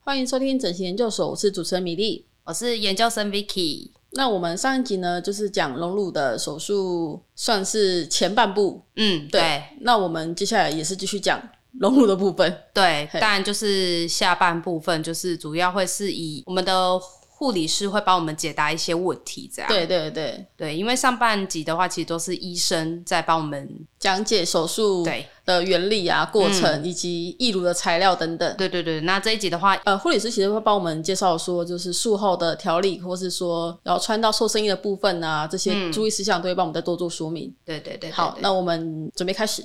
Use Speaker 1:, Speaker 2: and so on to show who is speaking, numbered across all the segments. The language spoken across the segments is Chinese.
Speaker 1: 欢迎收听整形研究所，我是主持人米粒。
Speaker 2: 我是研究生 Vicky，
Speaker 1: 那我们上一集呢，就是讲隆乳的手术，算是前半部。
Speaker 2: 嗯，对
Speaker 1: 那我们接下来也是继续讲隆乳的部分。
Speaker 2: 对
Speaker 1: 嘿，
Speaker 2: 但就是下半部分就是主要会是以我们的护理师会帮我们解答一些问题，这样
Speaker 1: 对对对，
Speaker 2: 对因为上半集的话其实都是医生在帮我们，
Speaker 1: 讲解手术
Speaker 2: 对
Speaker 1: 的原理啊、过程、以及义乳的材料等等。
Speaker 2: 对对对，那这一集的话，
Speaker 1: 呃，护理师其实会帮我们介绍说，就是术后的调理，或是说然后穿到瘦身衣的部分啊，这些注意事项都会帮我们再多做说明。
Speaker 2: 对对对，对嗯
Speaker 1: 好，
Speaker 2: 对
Speaker 1: 那我们准备开始。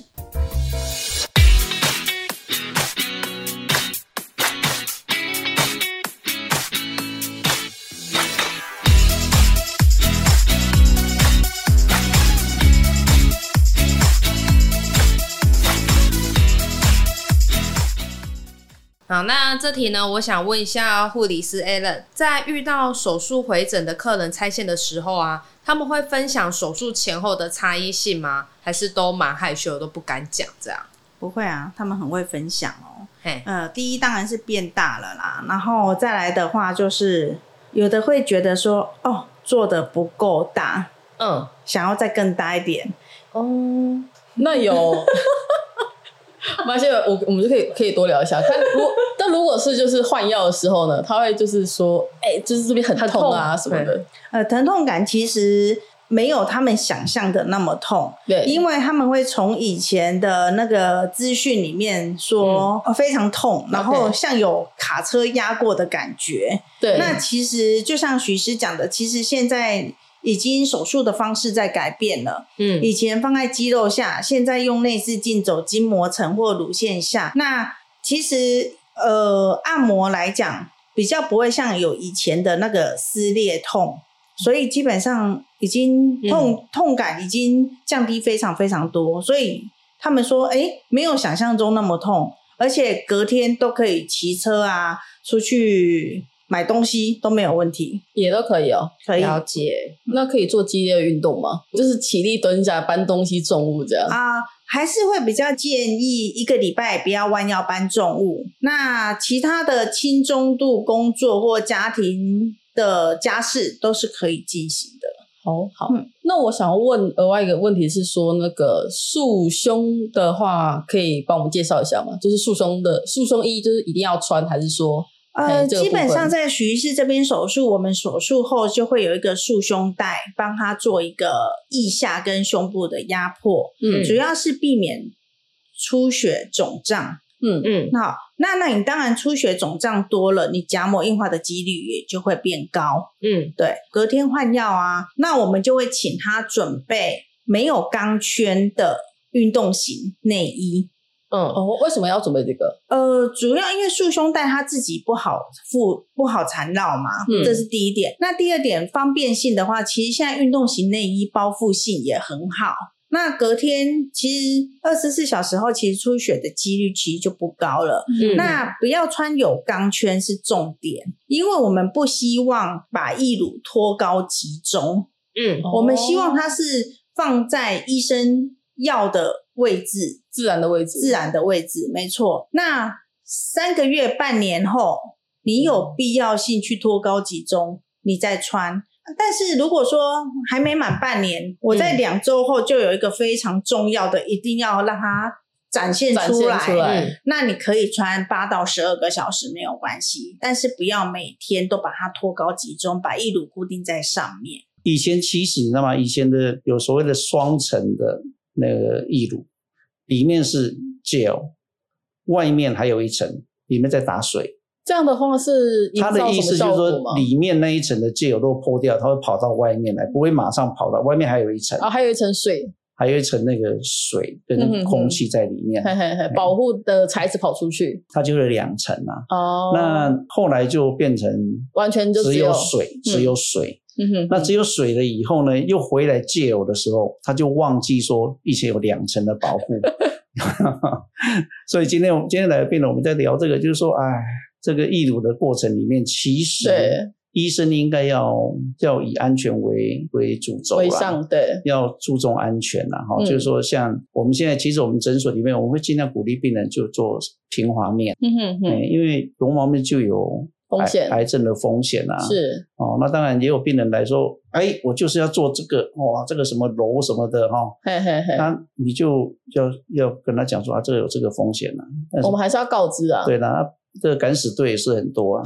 Speaker 2: 好，那这题呢，我想问一下护理师 Alan，在遇到手术回诊的客人拆线的时候啊，他们会分享手术前后的差异性吗？还是都蛮害羞，都不敢讲这样？
Speaker 3: 不会啊，他们很会分享哦。
Speaker 2: 嘿，
Speaker 3: 呃，第一当然是变大了啦，然后再来的话就是有的会觉得说，哦，做的不够大，
Speaker 2: 嗯，
Speaker 3: 想要再更大一点。
Speaker 2: 哦，
Speaker 1: 那有，马来西亚，我我们就可以可以多聊一下。看如果 但如果是就是换药的时候呢，他会就是说，哎、就是这边很痛啊
Speaker 2: 很痛
Speaker 1: 什么的，
Speaker 3: 呃，疼痛感其实没有他们想象的那么痛，
Speaker 1: 对，
Speaker 3: 因为他们会从以前的那个资讯里面说、
Speaker 1: 嗯
Speaker 3: 呃非常痛，然后
Speaker 1: OK
Speaker 3: 像有卡车压过的感觉。
Speaker 1: 对，
Speaker 3: 那其实就像徐师讲的，其实现在已经手术的方式在改变了。
Speaker 2: 嗯，
Speaker 3: 以前放在肌肉下，现在用内视镜走筋膜层或乳腺下。那其实呃，按摩来讲，比较不会像有以前的那个撕裂痛，所以基本上已经痛、痛感已经降低非常非常多。所以他们说，哎、没有想象中那么痛，而且隔天都可以骑车啊，出去买东西都没有问题，
Speaker 1: 也都可以哦、
Speaker 3: 可以。
Speaker 2: 了解，
Speaker 1: 那可以做激烈的运动吗？就是起立、蹲下、搬东西、重物这样。
Speaker 3: 啊、还是会比较建议一个礼拜不要弯腰搬重物。那其他的轻中度工作或家庭的家事都是可以进行的。
Speaker 1: 好好，
Speaker 3: 嗯
Speaker 1: 那我想要问额外一个问题是说，那个束胸的话，可以帮我们介绍一下吗？就是束胸的束胸衣，就是一定要穿，还是说，哎
Speaker 3: 呃，
Speaker 1: 这个
Speaker 3: 基
Speaker 1: 部
Speaker 3: 本上
Speaker 1: 分
Speaker 3: 在徐医师这边手术，我们手术后就会有一个束胸带，帮他做一个腋下跟胸部的压迫，
Speaker 1: 嗯
Speaker 3: 主要是避免出血肿胀。
Speaker 1: 嗯
Speaker 2: 嗯
Speaker 3: 那那那你当然出血肿胀多了，你夹膜硬化的几率也就会变高。
Speaker 2: 嗯
Speaker 3: 对，隔天换药啊，那我们就会请他准备没有钢圈的运动型内衣。
Speaker 2: 嗯，
Speaker 1: 哦，为什么要准备这个？
Speaker 3: 呃，主要因为束胸带它自己不好缚不好缠绕嘛，
Speaker 1: 嗯
Speaker 3: 这是第一点。那第二点方便性的话，其实现在运动型内衣包覆性也很好。那隔天其实二十四小时后，其实出血的几率其实就不高了。
Speaker 2: 嗯
Speaker 3: 那不要穿有钢圈是重点，因为我们不希望把义乳托高集中。
Speaker 2: 嗯
Speaker 1: 哦
Speaker 3: 我们希望它是放在医生要的位置，
Speaker 1: 自然的位置，
Speaker 3: 自然的位置，没错。那三个月、半年后，
Speaker 1: 嗯
Speaker 3: 你有必要性去托高集中，你再穿。但是如果说还没满半年，我
Speaker 1: 嗯
Speaker 3: 在两周后就有一个非常重要的，一定要让它展现
Speaker 1: 展
Speaker 3: 出
Speaker 1: 现
Speaker 3: 来。
Speaker 1: 出来。
Speaker 2: 嗯
Speaker 3: 那你可以穿八到十二个小时没有关系，但是不要每天都把它托高集中，把义乳固定在上面。
Speaker 4: 以前其实你知道吗？以前的有所谓的双层的那个义乳，里面是 gel，外面还有一层，里面在打水。
Speaker 1: 这样的话是营
Speaker 4: 它的
Speaker 1: 造什
Speaker 4: 意
Speaker 1: 么
Speaker 4: 思就是
Speaker 1: 效果
Speaker 4: 说，
Speaker 1: 吗？
Speaker 4: 里面那一层的 gel 如果破掉，它会跑到外面来，不会马上跑到外面还有一层
Speaker 1: 然，啊后还有一层水，
Speaker 4: 还有一层那个水跟
Speaker 1: 嗯哼哼嗯
Speaker 4: 空气在里面，
Speaker 1: 嘿嘿嘿，保护的材质跑出去
Speaker 4: 它就有两层啊。
Speaker 1: 哦。
Speaker 4: 那后来就变成
Speaker 1: 完全就
Speaker 4: 只
Speaker 1: 有
Speaker 4: 有，水，只有水。
Speaker 1: 嗯哼，
Speaker 4: 那只有水了以后呢，又回来借我的时候，他就忘记说以前有两层的 保护。所以今天我们今天来变了，我们在聊这个，就是说，哎，这个义乳的过程里面，其实
Speaker 1: 对
Speaker 4: 医生应该要要以安全为为主轴
Speaker 1: 为
Speaker 4: 啦
Speaker 1: 上。对，
Speaker 4: 要注重安全啦，哈、
Speaker 1: 嗯
Speaker 4: 就是说，像我们现在，其实我们诊所里面，我们会尽量鼓励病人就做平滑面，
Speaker 1: 嗯哼
Speaker 4: 嗯、
Speaker 1: 哼，
Speaker 4: 因为绒毛面就有
Speaker 1: 风险
Speaker 4: 癌癌症的风险啊，
Speaker 1: 是
Speaker 4: 哦，那当然也有病人来说，哎，我就是要做这个，哇，这个什么楼什么的哈、
Speaker 1: 嘿嘿嘿，
Speaker 4: 那你就要要跟他讲说啊，这个有这个风险啊，但是
Speaker 1: 我们还是要告知啊，
Speaker 4: 对啦，啊这个敢死队也是很多啊，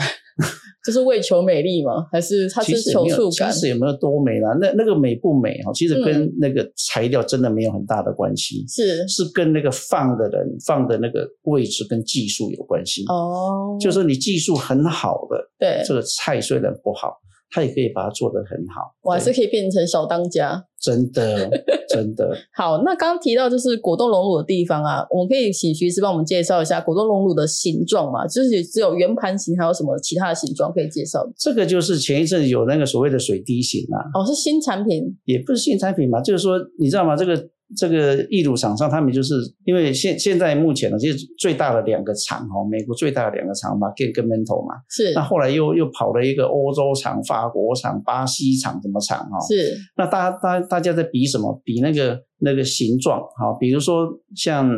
Speaker 1: 就是为求美丽吗？还是它
Speaker 4: 其
Speaker 1: 是
Speaker 4: 实也
Speaker 1: 求
Speaker 4: 没有，
Speaker 1: 触
Speaker 4: 其
Speaker 1: 感？
Speaker 4: 实也没有多美啦，那那个美不美哈、其实
Speaker 1: 嗯
Speaker 4: 跟那个材料真的没有很大的关系，
Speaker 1: 是
Speaker 4: 是跟那个放的人放的那个位置跟技术有关系。
Speaker 1: 哦，
Speaker 4: 就是说你技术很好的
Speaker 1: 对
Speaker 4: 这，个菜虽然不好，它也可以把它做得很好。
Speaker 1: 我还是
Speaker 4: 对
Speaker 1: 可以变成小当家。
Speaker 4: 真的真的，
Speaker 1: 好，那刚刚提到就是果冻隆乳的地方啊，我们可以请徐医师帮我们介绍一下果冻隆乳的形状嘛？就是只有圆盘形，还有什么其他的形状可以介绍？
Speaker 4: 这个就是前一阵有那个所谓的水滴型啊，
Speaker 1: 哦，是新产品，
Speaker 4: 也不是新产品嘛，就是说你知道吗？这个这个义乳厂商他们就是因为现现在目前呢，其实最大的两个厂哦，美国最大的两个厂嘛 g a 跟 Mental 嘛，
Speaker 1: 是
Speaker 4: 那后来又又跑了一个欧洲厂、法国厂、巴西厂什么厂哦，
Speaker 1: 是
Speaker 4: 那大家大大家在比什么？比那个那个形状，好，比如说像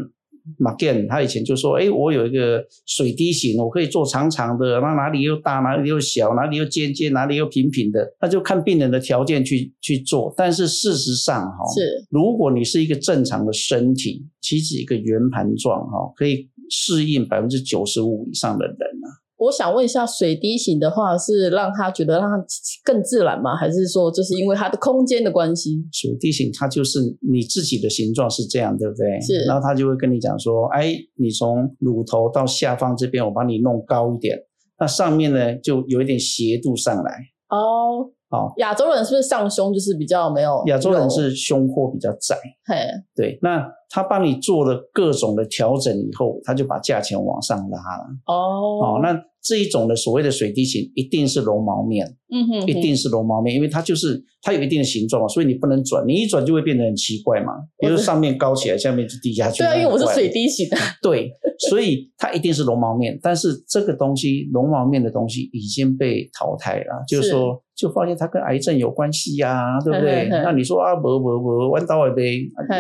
Speaker 4: 马健，他以前就说，哎，我有一个水滴形，我可以做长长的，那哪里又大，哪里又小，哪里又尖尖，哪里又平平的，那就看病人的条件去去做。但是事实上，哈、
Speaker 1: 是
Speaker 4: 如果你是一个正常的身体，其实一个圆盘状，哈、可以适应百分之九十五以上的人啊。
Speaker 1: 我想问一下，水滴型的话是让他觉得让他更自然吗？还是说就是因为它的空间的关系？
Speaker 4: 水滴形，它就是你自己的形状是这样，对不对？
Speaker 1: 是
Speaker 4: 然后他就会跟你讲说，哎，你从乳头到下方这边，我帮你弄高一点，那上面呢就有一点斜度上来。
Speaker 1: 哦，
Speaker 4: 哦，
Speaker 1: 亚洲人是不是上胸就是比较没有？
Speaker 4: 亚洲人
Speaker 1: 有
Speaker 4: 是胸廓比较窄，
Speaker 1: 嘿，
Speaker 4: 对。那他帮你做了各种的调整以后，他就把价钱往上拉了。
Speaker 1: 哦
Speaker 4: 哦，那这一种的所谓的水滴形，一定是绒毛面，
Speaker 1: 嗯哼哼，
Speaker 4: 一定是绒毛面，因为它就是它有一定的形状嘛，所以你不能转，你一转就会变得很奇怪嘛。比如说上面高起来，下面就低下去。
Speaker 1: 对啊，因为我是
Speaker 4: 很怪
Speaker 1: 水滴型的，
Speaker 4: 对，所以它一定是绒毛面，但是这个东西绒毛面的东西已经被淘汰了，就是是说就发现它跟癌症有关系呀、对不
Speaker 1: 嘿
Speaker 4: 对？
Speaker 1: 嘿嘿
Speaker 4: 那你说啊，不不不，弯刀也呗，
Speaker 1: 嘿，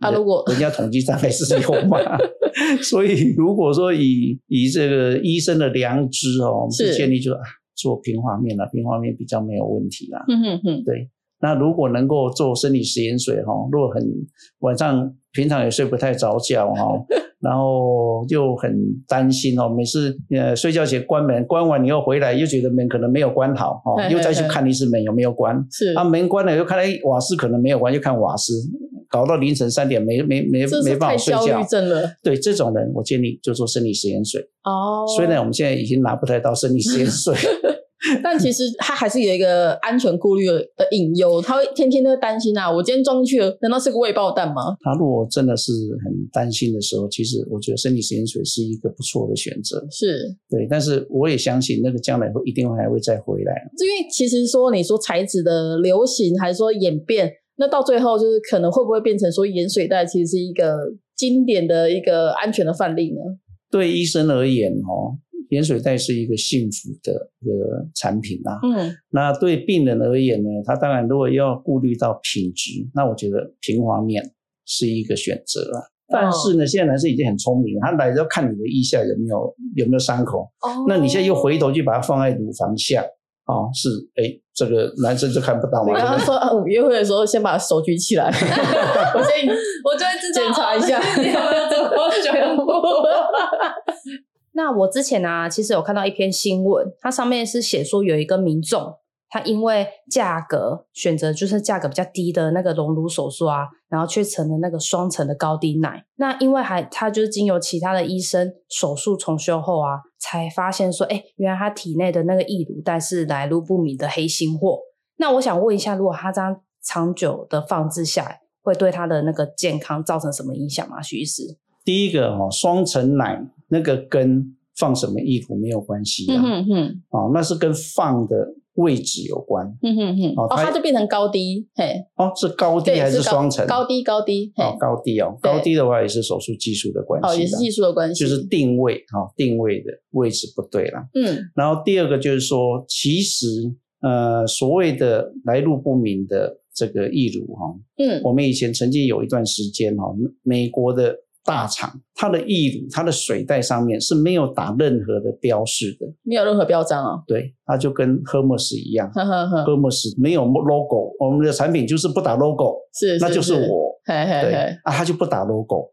Speaker 1: 啊，
Speaker 4: 人
Speaker 1: 如果
Speaker 4: 人家统计上还是有嘛， 所以如果说以以这个医生的良知哦，我们
Speaker 1: 是
Speaker 4: 就建议就啊做平滑面了，平滑面比较没有问题啦。
Speaker 1: 哼嗯哼哼，
Speaker 4: 那如果能够做生理食盐水哈，如果很晚上平常也睡不太着觉 哈，然后又很担心哦，每次呃睡觉前关门，关完以后回来又觉得门可能没有关好哦
Speaker 1: 嘿，嘿
Speaker 4: 又再去看一次门有没有关，
Speaker 1: 是
Speaker 4: 啊门关了又看哎瓦斯可能没有关，又看瓦斯，搞到凌晨三点没没没
Speaker 1: 这
Speaker 4: 没
Speaker 1: 是
Speaker 4: 办
Speaker 1: 太
Speaker 4: 法睡
Speaker 1: 焦虑
Speaker 4: 觉。
Speaker 1: 症了
Speaker 4: 对这种人，我建议就做生理食盐水。
Speaker 1: 哦。
Speaker 4: 虽然我们现在已经拿不太到生理食盐水，
Speaker 1: 但其实他还是有一个安全顾虑的隐忧，他会天天都会担心啊，我今天装进去了，难道是个未爆弹吗？
Speaker 4: 他如果真的是很担心的时候，其实我觉得生理食盐水是一个不错的选择。
Speaker 1: 是，
Speaker 4: 对，但是我也相信那个将来会一定会还会再回来。
Speaker 1: 因为其实说你说材质的流行，还是说演变，那到最后就是可能会不会变成说盐水袋其实是一个经典的一个安全的范例呢？
Speaker 4: 对医生而言，哦，盐水袋是一个幸福的一个产品啊。
Speaker 1: 嗯，
Speaker 4: 那对病人而言呢，他当然如果要顾虑到品质，那我觉得平滑面是一个选择啊。但
Speaker 1: 哦
Speaker 4: 是呢，现在男生已经很聪明了，他来要看你的腋下有没有有没有伤口，
Speaker 2: 哦
Speaker 4: 那你现在又回头去把它放在乳房下，哦，是，哎，这个男生就看不到嘛，
Speaker 1: 然
Speaker 4: 对
Speaker 1: 后他
Speaker 4: 不对？
Speaker 1: 说、啊、我约会的时候先把手举起 来，我先
Speaker 2: 我就会知道
Speaker 1: 检查一 下
Speaker 2: 你有没有做过 胸部
Speaker 5: 那我之前啊，其实有看到一篇新闻，它上面是写说有一个民众，他因为价格选择就是价格比较低的那个隆乳手术啊，然后却成了那个双层的高低奶。那因为还他就是经由其他的医生手术重修后啊，才发现说，哎，原来他体内的那个异乳带是来路不明的黑心货。那我想问一下，如果他这样长久的放置下来，会对他的那个健康造成什么影响吗？徐医师？
Speaker 4: 第一个哦，双层奶那个跟放什么意图没有关系啊，
Speaker 1: 嗯哼哼，
Speaker 4: 哦，那是跟放的位置有关。
Speaker 1: 嗯哼哼，
Speaker 4: 哦
Speaker 1: 哦，
Speaker 4: 它
Speaker 1: 它就变成高低，嘿，
Speaker 4: 哦，是高低
Speaker 1: 对，
Speaker 4: 还是
Speaker 1: 高
Speaker 4: 双层？
Speaker 1: 高低，高低，嘿
Speaker 4: 哦，，高低哦，
Speaker 1: 对
Speaker 4: 高低的话也是手术技术的关系啦，
Speaker 1: 哦，也是技术的关系，
Speaker 4: 就是定位哈、哦，定位的位置不对啦。
Speaker 1: 嗯
Speaker 4: 然后第二个就是说，其实呃，所谓的来路不明的这个义乳哈、
Speaker 1: 嗯
Speaker 4: 我们以前曾经有一段时间哈、美国的大厂它的义乳、它的水袋上面是没有打任何的标示的，
Speaker 1: 没有任何标章哦，
Speaker 4: 对，它就跟 Hermes 一样
Speaker 1: 呵呵呵，
Speaker 4: ，Hermes 没有 logo，我们的产品就是不打 logo，
Speaker 1: 是，
Speaker 4: 那就是，我，
Speaker 1: 嘿嘿
Speaker 4: 对
Speaker 1: 嘿，
Speaker 4: 啊，他就不打 logo，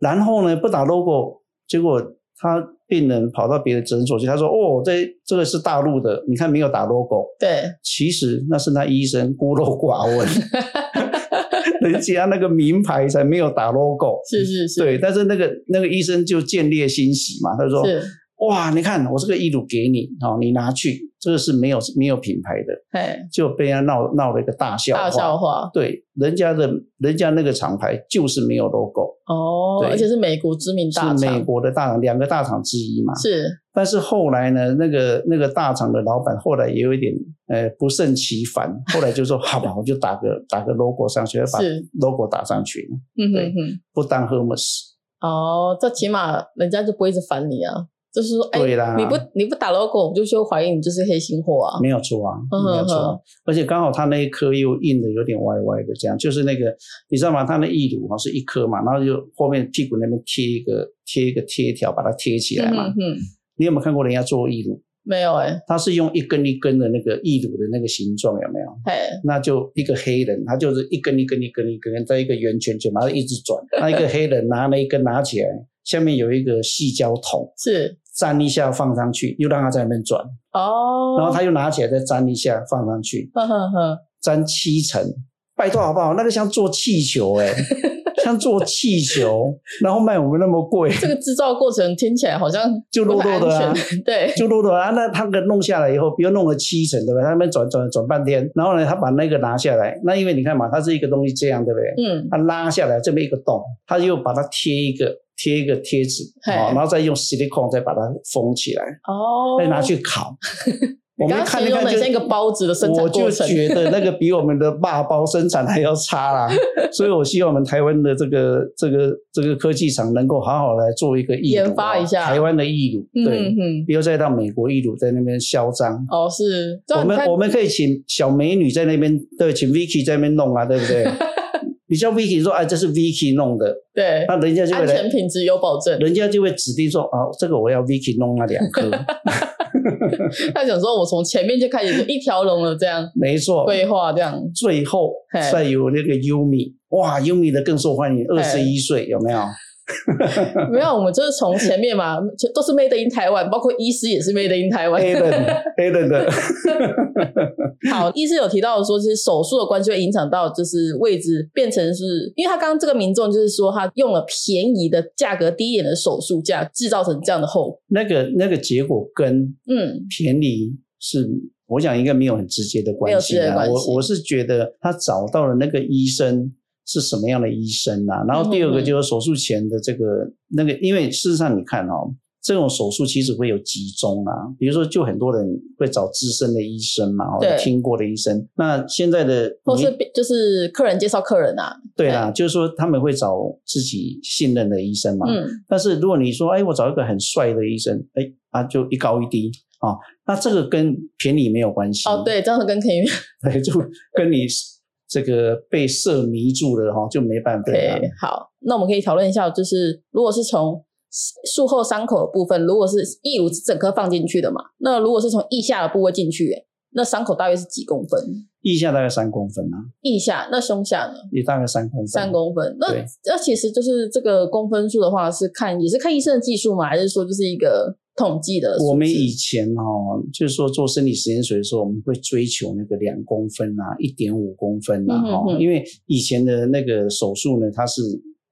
Speaker 4: 然后呢不打 logo，结果他病人跑到别的诊所去，他说哦，这这个是大陆的，你看没有打 logo，
Speaker 1: 对，
Speaker 4: 其实那是那医生孤陋寡 闻，人家那个名牌才没有打 logo，
Speaker 1: 是是是，
Speaker 4: 对，但是那个那个医生就见猎心喜嘛，他说
Speaker 1: 是，
Speaker 4: 哇，你看我这个义乳给你哦，你拿去，这个是没有没有品牌的，
Speaker 1: 嘿，
Speaker 4: 就被他闹闹了一个大笑话，
Speaker 1: 大笑话
Speaker 4: 对，人家的人家那个厂牌就是没有 logo，
Speaker 1: 哦，
Speaker 4: 对
Speaker 1: 而且是美国知名大
Speaker 4: 是美
Speaker 1: 厂，
Speaker 4: 国的大厂，两个大厂之一嘛。
Speaker 1: 是，
Speaker 4: 但是后来呢，那个那个大厂的老板后来也有一点呃不胜其烦，后来就说 好吧，我就打个打个 logo 上去，把
Speaker 1: 是
Speaker 4: logo 打上去，
Speaker 1: 嗯
Speaker 4: 对
Speaker 1: 哼哼，
Speaker 4: 不当 Hermes。
Speaker 1: 哦，这起码人家就不会一直烦你啊，就是说，哎，
Speaker 4: 对啦
Speaker 1: 你不你不打 logo，我们就就怀疑你就是黑心货啊，
Speaker 4: 没有错啊，
Speaker 1: 嗯
Speaker 4: 没有错、
Speaker 1: 嗯
Speaker 4: 啊，而且刚好他那一颗又印的有点歪歪的，这样就是那个你知道吗？他那义乳啊是一颗嘛，然后就后面屁股那边贴一个贴一个贴条，把它贴起来
Speaker 1: 嗯
Speaker 4: 嘛。
Speaker 1: 哼哼，
Speaker 4: 你有没有看过人家做义乳？
Speaker 1: 没有哎，
Speaker 4: 它是用一根一根的那个义乳的那个形状，有没有？
Speaker 1: 嘿，
Speaker 4: 那就一个黑人，他就是一根一根一根一根在一个圆圈圈，然后一直转。那一个黑人拿了一根拿起来，下面有一个细胶桶，
Speaker 1: 是，
Speaker 4: 粘一下放上去，又让它在那边转，
Speaker 1: 哦，
Speaker 4: 然后他又拿起来再粘一下放上去，
Speaker 1: 呵呵呵，
Speaker 4: 粘七层。拜托好不好？那个像做气球哎、像做气球，然后卖我们那么贵，
Speaker 1: 这个制造过程听起来好像
Speaker 4: 就
Speaker 1: 不
Speaker 4: 弱
Speaker 1: 太
Speaker 4: 弱
Speaker 1: 安
Speaker 4: 的啊。
Speaker 1: 全， 对，
Speaker 4: 就弄的啊，那他给弄下来以后，比如弄了七层，对吧？他那边转转转半天，然后呢，他把那个拿下来，那因为你看嘛，它是一个东西这样，对不对？
Speaker 1: 嗯，
Speaker 4: 他拉下来这么一个洞，他又把它贴一个贴一个贴纸，
Speaker 1: 嘿
Speaker 4: 好、然后再用 silicone 再把它封起来，
Speaker 1: 哦，
Speaker 4: 哎再拿去 烤。我们
Speaker 1: 刚刚
Speaker 4: 看一
Speaker 1: 形容
Speaker 4: 看
Speaker 1: 的
Speaker 4: 就
Speaker 1: 像一个包子的生产
Speaker 4: 我就
Speaker 1: 过程，
Speaker 4: 觉得那个比我们的霸包生产还要 差啦，所以我希望我们台湾的这个这个这个科技厂能够好好来做一个义乳啊、
Speaker 1: 研发一下
Speaker 4: 台湾的义乳，
Speaker 1: 嗯
Speaker 4: 对。
Speaker 1: 哼哼，
Speaker 4: 不要再到美国一路在那边嚣张。
Speaker 1: 哦，是，这
Speaker 4: 我
Speaker 1: 样你
Speaker 4: 们
Speaker 1: 看
Speaker 4: 我们可以请小美女在那边，对，请 Vicky 在那边弄啊，对不对？ 你叫 Vicky 说，哎，这是 Vicky 弄的，
Speaker 1: 对
Speaker 4: 那人家就会
Speaker 1: 安全
Speaker 4: 来，
Speaker 1: 品质有保证，
Speaker 4: 人家就会指定说，啊，这个我要 Vicky 弄那两 颗，
Speaker 1: 他想说我从前面就开始就一条龙了，这样
Speaker 4: 没错。
Speaker 1: 规划这 样，
Speaker 4: 最后
Speaker 1: 嘿
Speaker 4: 再有那个 Yumi，哇，Yumi 的更受欢迎，二十一岁有没有？
Speaker 1: 没有，我们就是从前面嘛，就都是 Made in 台湾，包括医师也是 Made in 台湾。
Speaker 4: 黑人，黑人的，
Speaker 1: 好，医师有提到说，就是手术的关系会影响到，就是位置变成是，因为他刚刚这个民众就是说他用了便宜的价格、低廉的手术价，制造成这样的后果。
Speaker 4: 那个那个结果跟
Speaker 1: 嗯，
Speaker 4: 便宜是，我想应该没有很直接的关
Speaker 1: 没
Speaker 4: 系
Speaker 1: 有直接的
Speaker 4: 啊。
Speaker 1: 关系
Speaker 4: 我我是觉得他找到了那个医生是什么样的医生啊，然后第二
Speaker 1: 嗯
Speaker 4: 个就是手术前的这个那个，因为事实上你看哦。这种手术其实会有集中啊，比如说，就很多人会找资深的医生嘛，或者
Speaker 1: 对
Speaker 4: 听过的医生。那现在的
Speaker 1: 或是
Speaker 4: 你
Speaker 1: 就是客人介绍客人啊，
Speaker 4: 对啦，就是说他们会找自己信任的医生嘛。
Speaker 1: 嗯，
Speaker 4: 但是如果你说，哎，我找一个很帅的医生，哎，啊，就一高一低啊、哦，那这个跟便宜没有关系。
Speaker 1: 哦，，对，这样子跟可以
Speaker 4: 对，就跟你这个被色迷住了哈、哦，就没办法了。
Speaker 1: 对，好，那我们可以讨论一下，就是如果是从术后伤口的部分，如果是义乳是整颗放进去的嘛，那如果是从腋下的部位进去，那伤口大约是几公分？
Speaker 4: 腋下大概三公分啊，
Speaker 1: 腋下，那胸下呢？
Speaker 4: 也大概三公分。
Speaker 1: 三公分。那
Speaker 4: 嗯对
Speaker 1: 那其实就是这个公分数的话，是看也是看医生的技术嘛，还是说就是一个统计的数字？
Speaker 4: 我们以前哦，就是说做生理实验水的时候，我们会追求那个两公分啊，一点五公分啊，
Speaker 1: 嗯哼
Speaker 4: 哈、
Speaker 1: 哼
Speaker 4: 因为以前的那个手术呢，它是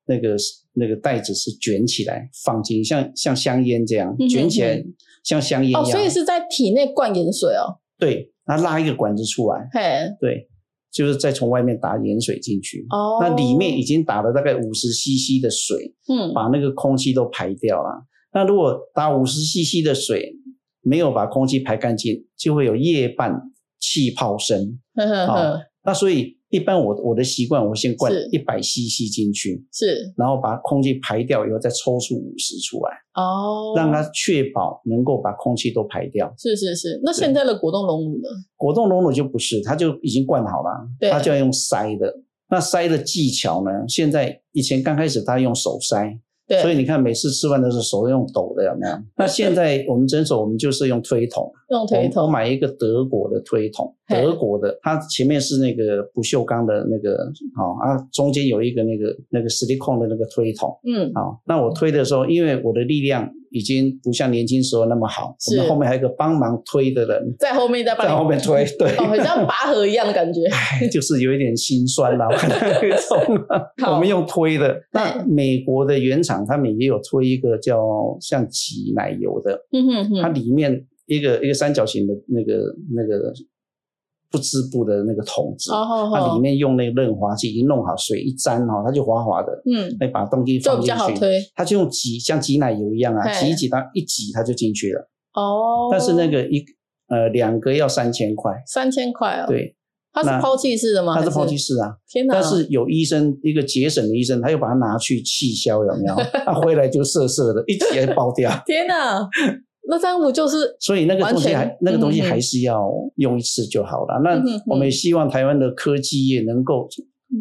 Speaker 4: 那个那个袋子是卷起来放进，像像香烟这样
Speaker 1: 嗯哼
Speaker 4: 卷起来，像香烟一样，
Speaker 1: 哦，所以是在体内灌盐水哦，
Speaker 4: 对，它拉一个管子出来，
Speaker 1: 嘿，
Speaker 4: 对，就是再从外面打盐水进去。
Speaker 1: 哦，
Speaker 4: 那里面已经打了大概五十 CC 的水，
Speaker 1: 嗯
Speaker 4: 把那个空气都排掉了。那如果打五十 CC 的水，没有把空气排干净，就会有液瓣气泡声。
Speaker 1: 呵呵呵
Speaker 4: 好，那所以一般我我的习惯，我先灌
Speaker 1: 是
Speaker 4: 一百 CC 进去，
Speaker 1: 是
Speaker 4: 然后把空气排掉以后，再抽出五十出来，
Speaker 1: 哦，
Speaker 4: 让它确保能够把空气都排掉。
Speaker 1: 是是是。那现在的果冻龙乳呢？
Speaker 4: 果冻龙乳就不是，它就已经灌好了，
Speaker 1: 对
Speaker 4: 它就要用筛的。那筛的技巧呢？现在以前刚开始它用手筛，
Speaker 1: 对，
Speaker 4: 所以你看每次吃饭都是手用抖的，有 没有？那现在我们诊所我们就是用推筒，
Speaker 1: 用推
Speaker 4: 我
Speaker 1: 头
Speaker 4: 我买一个德国的推筒，
Speaker 1: 嘿
Speaker 4: 德国的，它前面是那个不锈钢的那个，哦啊，中间有一个那个那个 silicone 的那个推筒，
Speaker 1: 嗯，
Speaker 4: 好、那我推的时候，因为我的力量已经不像年轻时候那么好，
Speaker 1: 是
Speaker 4: 我们后面还有一个帮忙推的人
Speaker 1: 在后面再把你
Speaker 4: 在后面推，对。
Speaker 1: 哦，很像拔河一样的 感觉。
Speaker 4: 哎，就是有一点心 酸啦、那种
Speaker 1: 好
Speaker 4: 啊。我们用推的，那美国的原厂他们也有推一个叫像挤奶油的，
Speaker 1: 嗯哼
Speaker 4: 它
Speaker 1: 哼，
Speaker 4: 里面一个一个三角形的那个那个不织布的那个筒子，
Speaker 1: 哦好
Speaker 4: 它
Speaker 1: 好
Speaker 4: 里，面用那个润滑剂已经弄好，水一沾哦，它就滑滑的，
Speaker 1: 嗯，
Speaker 4: 那把东西
Speaker 1: 就
Speaker 4: 放
Speaker 1: 比
Speaker 4: 进
Speaker 1: 较好
Speaker 4: 去。
Speaker 1: 推哦
Speaker 4: 它就用挤，像挤奶油一样啊，
Speaker 1: 嘿
Speaker 4: 挤一挤它一挤它就进去了。
Speaker 1: 哦。
Speaker 4: 但是那个一呃两个要三千块，
Speaker 1: 三千块哦，，
Speaker 4: 对，
Speaker 1: 它是
Speaker 4: 那
Speaker 1: 抛弃式的吗？
Speaker 4: 它是
Speaker 1: 还
Speaker 4: 抛弃，式啊。
Speaker 1: 天哪！
Speaker 4: 但是有医生，一个节省的医生，他又把它拿去气消，有没 有？他回来就涩涩的，一起来爆掉。
Speaker 1: 天哪，那这样不就是
Speaker 4: 所以那个东西
Speaker 1: 完
Speaker 4: 还
Speaker 1: 全
Speaker 4: 那个东西
Speaker 1: 嗯嗯嗯
Speaker 4: 还是要用一次就好了。
Speaker 1: 嗯嗯嗯
Speaker 4: 那我们也希望台湾的科技业能够，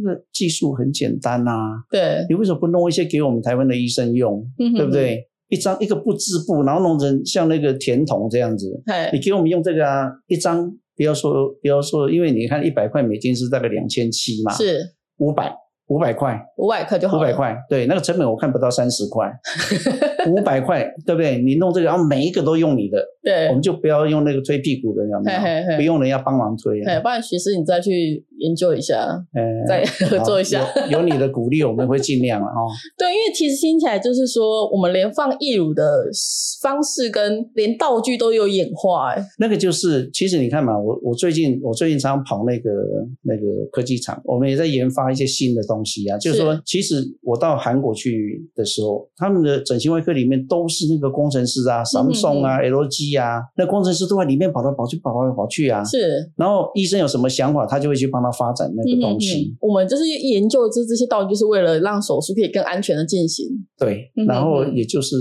Speaker 4: 那个技术很简单呐、
Speaker 1: 对？
Speaker 4: 你为什么不弄一些给我们台湾的医生用，
Speaker 1: 嗯哼
Speaker 4: 对不？对？一张一个不织布，然后弄成像那个甜筒这样子，
Speaker 1: 哎
Speaker 4: 你，给我们用这个啊，一张不要说不要说，因为你看一百块美金是大概两千七嘛，
Speaker 1: 是
Speaker 4: 五百五百块，
Speaker 1: 五百克就好
Speaker 4: 五
Speaker 1: 了，
Speaker 4: 百块，对，那个成本我看不到三十 块，五百块，对不对？你弄这个，然后每一个都用你的，
Speaker 1: 对
Speaker 4: 我，们就不要用那个推屁股的，有没有？
Speaker 1: 嘿嘿嘿
Speaker 4: 不用人家帮忙推、
Speaker 1: 哎，
Speaker 4: 啊，
Speaker 1: 不然徐师你再去研究一下，
Speaker 4: 呃
Speaker 1: 再合作一下。
Speaker 4: 好有有你的鼓励，我们会尽量了哦。
Speaker 1: 对，因为其实听起来就是说，我们连放义乳的方式跟连道具都有演化，哎，
Speaker 4: 那个就是，其实你看嘛，我我最近我最近常常跑那个那个科技厂，我们也在研发一些新的东西啊。就是说
Speaker 1: 是，
Speaker 4: 其实我到韩国去的时候，他们的整形外科里面都是那个工程师
Speaker 1: 嗯
Speaker 4: 啊，Samsung 啊、LG 啊，那工程师都在里面跑来跑去，跑来跑去啊。
Speaker 1: 是。
Speaker 4: 然后医生有什么想法，他就会去帮他发展那个东
Speaker 1: 嗯
Speaker 4: 西。
Speaker 1: 我们就是研究这这些道具，就是为了让手术可以更安全的进行。
Speaker 4: 对
Speaker 1: 嗯，
Speaker 4: 然后
Speaker 1: 嗯
Speaker 4: 也就是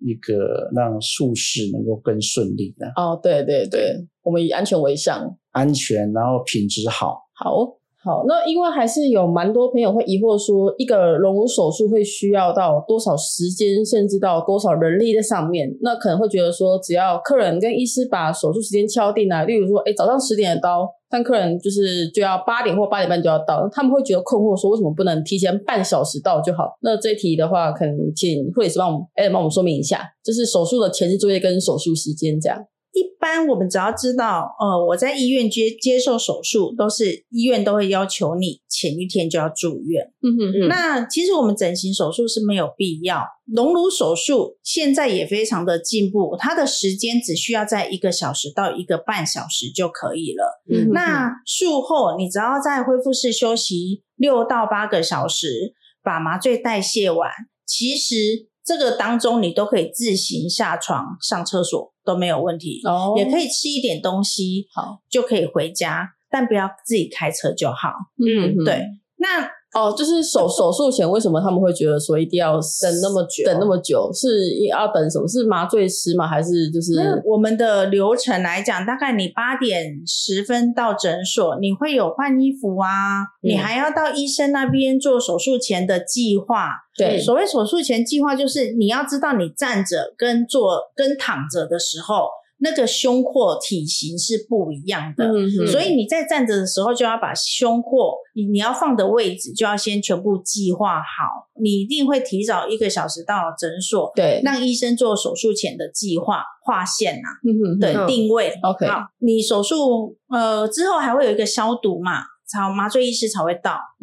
Speaker 4: 一个让术式能够更顺利的、
Speaker 1: 哦，对对对，我们以安全为上。
Speaker 4: 安全，然后品质好。
Speaker 1: 好好，那因为还是有蛮多朋友会疑惑说，一个隆乳手术会需要到多少时间，甚至到多少人力在上面？那可能会觉得说，只要客人跟医师把手术时间敲定了，例如说，哎，早上十点的刀，但客人就是就要八点或八点半就要到，他们会觉得困惑，说为什么不能提前半小时到就好？那这一题的话，可能请护理师帮我们，哎，帮我们说明一下，就是手术的前置作业跟手术时间这样。
Speaker 3: 一般我们只要知道，呃，我在医院接接受手术，都是医院都会要求你前一天就要住院。
Speaker 1: 嗯哼嗯
Speaker 3: 那其实我们整形手术是没有必要，隆乳手术现在也非常的进步，它的时间只需要在一个小时到一个半小时就可以了。
Speaker 1: 嗯
Speaker 3: 那术后你只要在恢复室休息六到八个小时，把麻醉代谢完，其实这个当中你都可以自行下床、上厕所都没有问题，
Speaker 1: 哦
Speaker 3: 也可以吃一点东西，
Speaker 1: 好，
Speaker 3: 就可以回家，但不要自己开车就好。
Speaker 1: 嗯
Speaker 3: 对，那
Speaker 1: 哦，就是
Speaker 3: 嗯
Speaker 1: 手手术前为什么他们会觉得说一定要等
Speaker 5: 那么久
Speaker 1: 等那么久是要等什么？是麻醉师吗？还是就是嗯
Speaker 3: 那我们的流程来讲，大概你八点十分到诊所，你会有换衣服啊，你
Speaker 1: 嗯
Speaker 3: 还要到医生那边做手术前的计划。嗯
Speaker 1: 对
Speaker 3: 所谓手术前计划，就是你要知道你站着跟坐跟躺着的时候，那个胸廓体型是不一样的。
Speaker 1: 嗯哼
Speaker 3: 所以你在站着的时候，就要把胸廓，你你要放的位置就要先全部计划好。你一定会提早一个小时到诊所，
Speaker 1: 对
Speaker 3: 让医生做手术前的计划划线呐、
Speaker 1: 嗯哼
Speaker 3: 对，
Speaker 1: 嗯
Speaker 3: 定位。
Speaker 1: OK
Speaker 3: 好，你手术呃之后还会有一个消毒嘛，才麻醉医师才会到。
Speaker 1: 嗯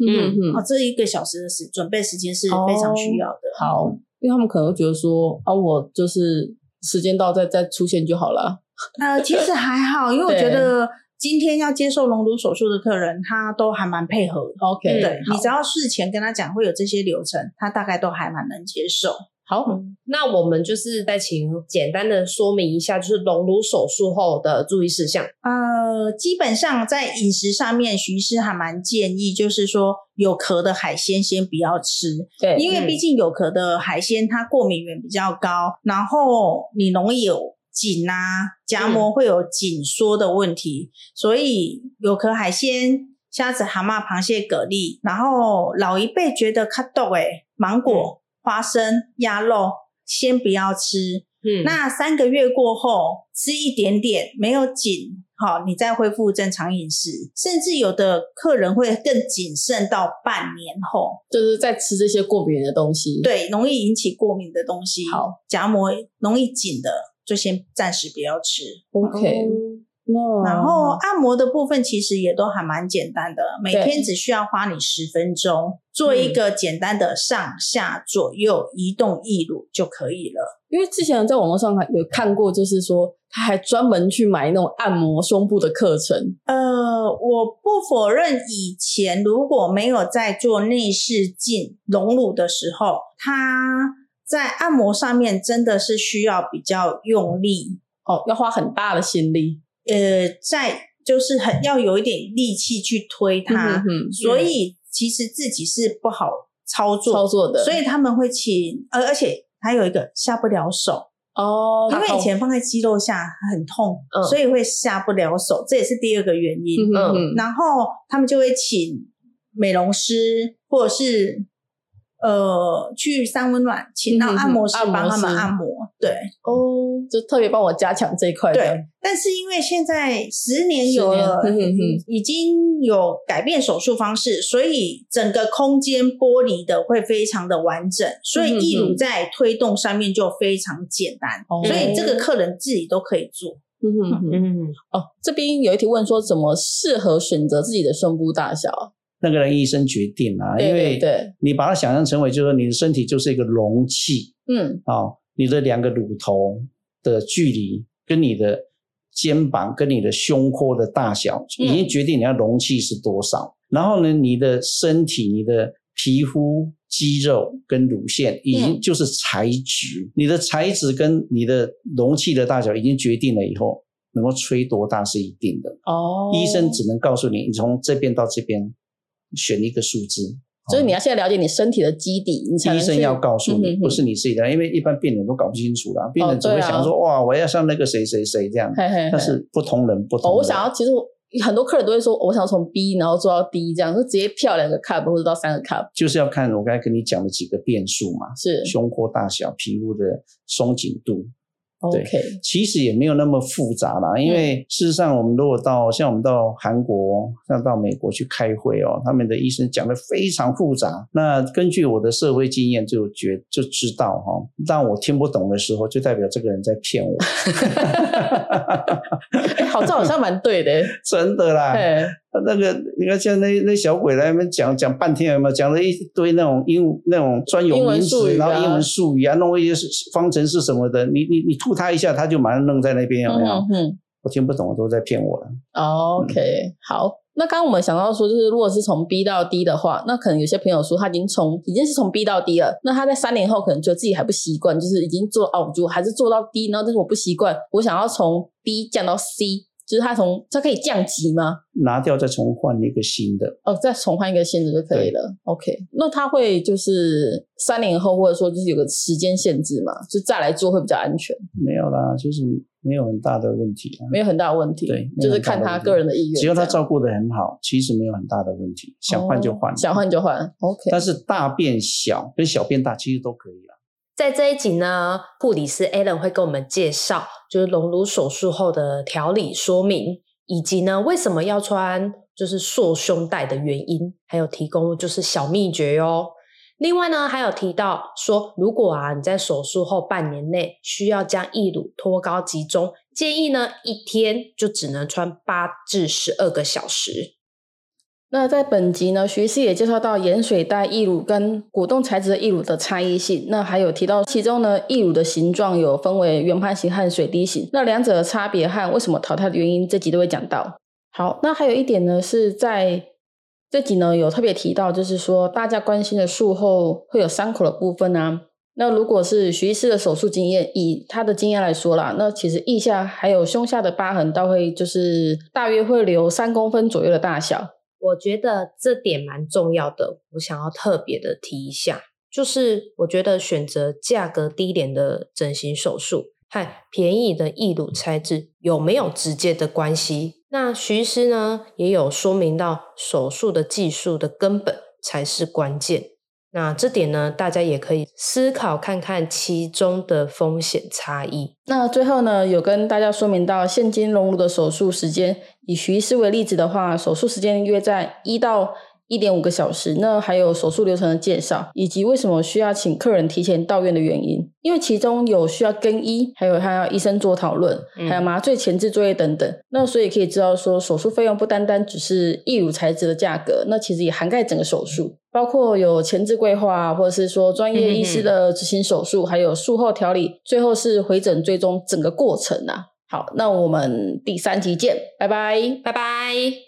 Speaker 3: 哦
Speaker 1: 哼，
Speaker 3: 这一个小时的时准备时间是非常需要的。
Speaker 1: 好，因为他们可能会觉得说啊，我就是时间到再再出现就好了。
Speaker 3: 呃，其实还好，因为我
Speaker 1: 对
Speaker 3: 觉得今天要接受隆乳手术的客人，他都还蛮配合的。
Speaker 1: OK，
Speaker 3: 对你
Speaker 1: 好
Speaker 3: 只要事前跟他讲会有这些流程，他大概都还蛮能接受。
Speaker 1: 好，
Speaker 3: 嗯
Speaker 5: 那我们就是再请简单的说明一下，就是隆乳手术后的注意事项。
Speaker 3: 呃，基本上在饮食上面，徐医师还蛮建议，就是说有壳的海鲜先不要吃，
Speaker 1: 对，
Speaker 3: 因为毕竟有壳的海鲜它过敏源比较高，然后你容易有紧啊，夹膜会有紧缩的问题，所以有壳海鲜。虾子、蛤蟆、螃蟹、蛤蜊，然后老一辈觉得卡豆哎，芒果、花生、鸭肉先不要吃，
Speaker 5: 嗯
Speaker 3: 那三个月过后吃一点点，没有紧，好，你再恢复正常饮食，甚至有的客人会更谨慎到半年后，
Speaker 1: 就是在吃这些过敏的东西。，
Speaker 3: 对，容易引起过敏的东西，
Speaker 1: 好，
Speaker 3: 夹膜容易紧的就先暂时不要吃。
Speaker 1: ，OK，哦
Speaker 3: 然后按摩的部分其实也都还蛮简单的，每
Speaker 1: 对嗯
Speaker 3: 天只需要花你十分钟，做一个简单的上下左右移动义乳就可以了。
Speaker 1: 因为之前在网络上还有看过，就是说他还专门去买那种按摩胸部的课程，
Speaker 3: 呃，我不否认以前如果没有在做内视镜隆乳的时候，它在按摩上面真的是需要比较用力，
Speaker 1: 哦，要花很大的心力。
Speaker 3: 呃，在就是很要有一点力气去推它，
Speaker 1: 嗯哼
Speaker 3: 所以其实自己是不好操作
Speaker 1: 操作的，
Speaker 3: 所以他们会请，呃而而且还有一个下不了手，
Speaker 1: 哦，
Speaker 3: 因
Speaker 1: 他
Speaker 3: 为以前放在肌肉下很痛，
Speaker 5: 嗯
Speaker 3: 所以会下不了手，这也是第二个原因。
Speaker 1: 嗯嗯
Speaker 3: 然后他们就会请美容师或者是呃去三温暖，请到
Speaker 1: 嗯嗯嗯
Speaker 3: 按摩师
Speaker 1: 按摩
Speaker 3: 帮他们
Speaker 1: 师
Speaker 3: 按摩。对
Speaker 1: 哦，嗯就特别帮我加强这一块的，
Speaker 3: 对，但是因为现在十年有了
Speaker 1: 十年嗯嗯嗯，
Speaker 3: 已经有改变手术方式，所以整个空间剥离的会非常的完整，所
Speaker 1: 嗯
Speaker 3: 以义乳在推动上面就非常简单，
Speaker 1: 哦
Speaker 3: 所以这个客人自己都可以做。
Speaker 1: 嗯哼哼。
Speaker 5: 嗯，
Speaker 1: 哦，这边有一题问说，怎么适合选择自己的胸部大小？
Speaker 4: 那个人医生决定啊，
Speaker 1: 对
Speaker 4: 因
Speaker 1: 对
Speaker 4: 为
Speaker 1: 对，
Speaker 4: 你把它想象成为就是你的身体就是一个容器
Speaker 1: 嗯，
Speaker 4: 啊、哦你的两个乳头的距离跟你的肩膀跟你的胸廓的大小，
Speaker 1: 嗯
Speaker 4: 已经决定你要容器是多少。然后呢，你的身体、你的皮肤、肌肉跟乳腺已
Speaker 1: 嗯
Speaker 4: 经就是材质，你的材质跟你的容器的大小已经决定了以后，能够吹多大是一定的。
Speaker 1: 哦，
Speaker 4: 医生只能告诉你，你从这边到这边选一个数字。
Speaker 1: 就是你
Speaker 4: 哦
Speaker 1: 要先了解你身体的基底，你才能
Speaker 4: 医生
Speaker 1: 去
Speaker 4: 要告诉你，
Speaker 1: 嗯哼哼哦啊
Speaker 4: 不是你自己的，因为一般病人都搞不清楚啦，病人只会想说、哇，我要像那个谁谁谁这样，
Speaker 1: 嘿嘿嘿
Speaker 4: 但是不同人不
Speaker 1: 哦，
Speaker 4: 同人。
Speaker 1: 我想要，其实我很多客人都会说，我想要从 B 然后做到 D 这样，就直接跳两个 cup 或者到三个 cup，
Speaker 4: 就是要看我刚才跟你讲的几个变数嘛，
Speaker 1: 是
Speaker 4: 胸廓大小、皮肤的松紧度，对
Speaker 1: OK，
Speaker 4: 其实也没有那么复杂啦，因为
Speaker 1: 嗯
Speaker 4: 事实上，我们如果到像我们到韩国、像到美国去开会哦，他们的医生讲的非常复杂。那根据我的社会经验就觉就知道哈、哦，当我听不懂的时候，就代表这个人在骗我，
Speaker 1: 哎，好，这好像蛮对的，
Speaker 4: 真的啦。
Speaker 1: 哎，
Speaker 4: 那个你看，像那那小鬼来那边讲讲半天，有没有讲了一堆那种英那种专有
Speaker 1: 英文
Speaker 4: 名
Speaker 1: 术
Speaker 4: 词，
Speaker 1: 语啊
Speaker 4: 然后英文术语啊，弄一些方程式什么的，你你你吐他一下，他就马上弄在那边，有没有？
Speaker 1: 嗯嗯。
Speaker 4: 我听不懂，都在骗我了。
Speaker 1: 哦
Speaker 4: 嗯
Speaker 1: OK，好。那刚刚我们想到说，就是如果是从 B 到 D 的话，那可能有些朋友说他已经从已经是从 B 到 D 了，那他在三年后可能觉得自己还不习惯，就是已经做哦，我就还是做到 D，然后但是我不习惯，我想要从 B 降到 C，就是他从他可以降级吗？
Speaker 4: 拿掉再重换一个新的，
Speaker 1: 哦，再重换一个限制就可以了。OK，那他会就是三年后，或者说就是有个时间限制嘛，就再来做会比较安全，
Speaker 4: 没有啦，就是没有很大的问题啊。
Speaker 1: 没有很大的问题。
Speaker 4: 对
Speaker 1: 就是看他个人的意愿。
Speaker 4: 只要他
Speaker 1: 这样哦
Speaker 4: 照顾得很好，其实没有很大的问题，想换就换，
Speaker 1: 想换就换。OK，
Speaker 4: 但是大变小跟小变大其实都可以啊。
Speaker 5: 在这一集呢，护理师 Alan 会跟我们介绍，就是隆乳手术后的调理说明，以及呢为什么要穿就是塑胸带的原因，还有提供就是小秘诀哦。另外呢，还有提到说，如果啊你在手术后半年内需要将义乳托高集中，建议呢一天就只能穿八至十二个小时。
Speaker 1: 那在本集呢，学士也介绍到盐水袋义乳跟果冻材质的义乳的差异性。那还有提到其中呢，义乳的形状有分为圆盘型和水滴型，那两者的差别和为什么淘汰的原因，这集都会讲到。好，那还有一点呢，是在这集呢有特别提到，就是说大家关心的术后会有伤口的部分啊。那如果是徐医师的手术经验，以他的经验来说啦，那其实腋下还有胸下的疤痕，到会就是大约会留三公分左右的大小。
Speaker 5: 我觉得这点蛮重要的，我想要特别的提一下，就是我觉得选择价格低廉的整形手术和便宜的义乳拆置有没有直接的关系？那徐医师呢也有说明到，手术的技术的根本才是关键。那这点呢，大家也可以思考看看其中的风险差异。
Speaker 1: 那最后呢，有跟大家说明到，现金隆乳的手术时间，以徐医师为例子的话，手术时间约在一到一点五个小时。那还有手术流程的介绍，以及为什么需要请客人提前到院的原因，因为其中有需要更衣，还有还要医生做讨论，
Speaker 5: 嗯
Speaker 1: 还有麻醉前置作业等等。那所以可以知道说，手术费用不单单只是义乳材质的价格，那其实也涵盖整个手术。包括有前置规划，啊或者是说专业医师的执行手术，还有术后调理，最后是回诊追踪整个过程啊。好，那我们第三集见，拜拜。
Speaker 5: 拜拜。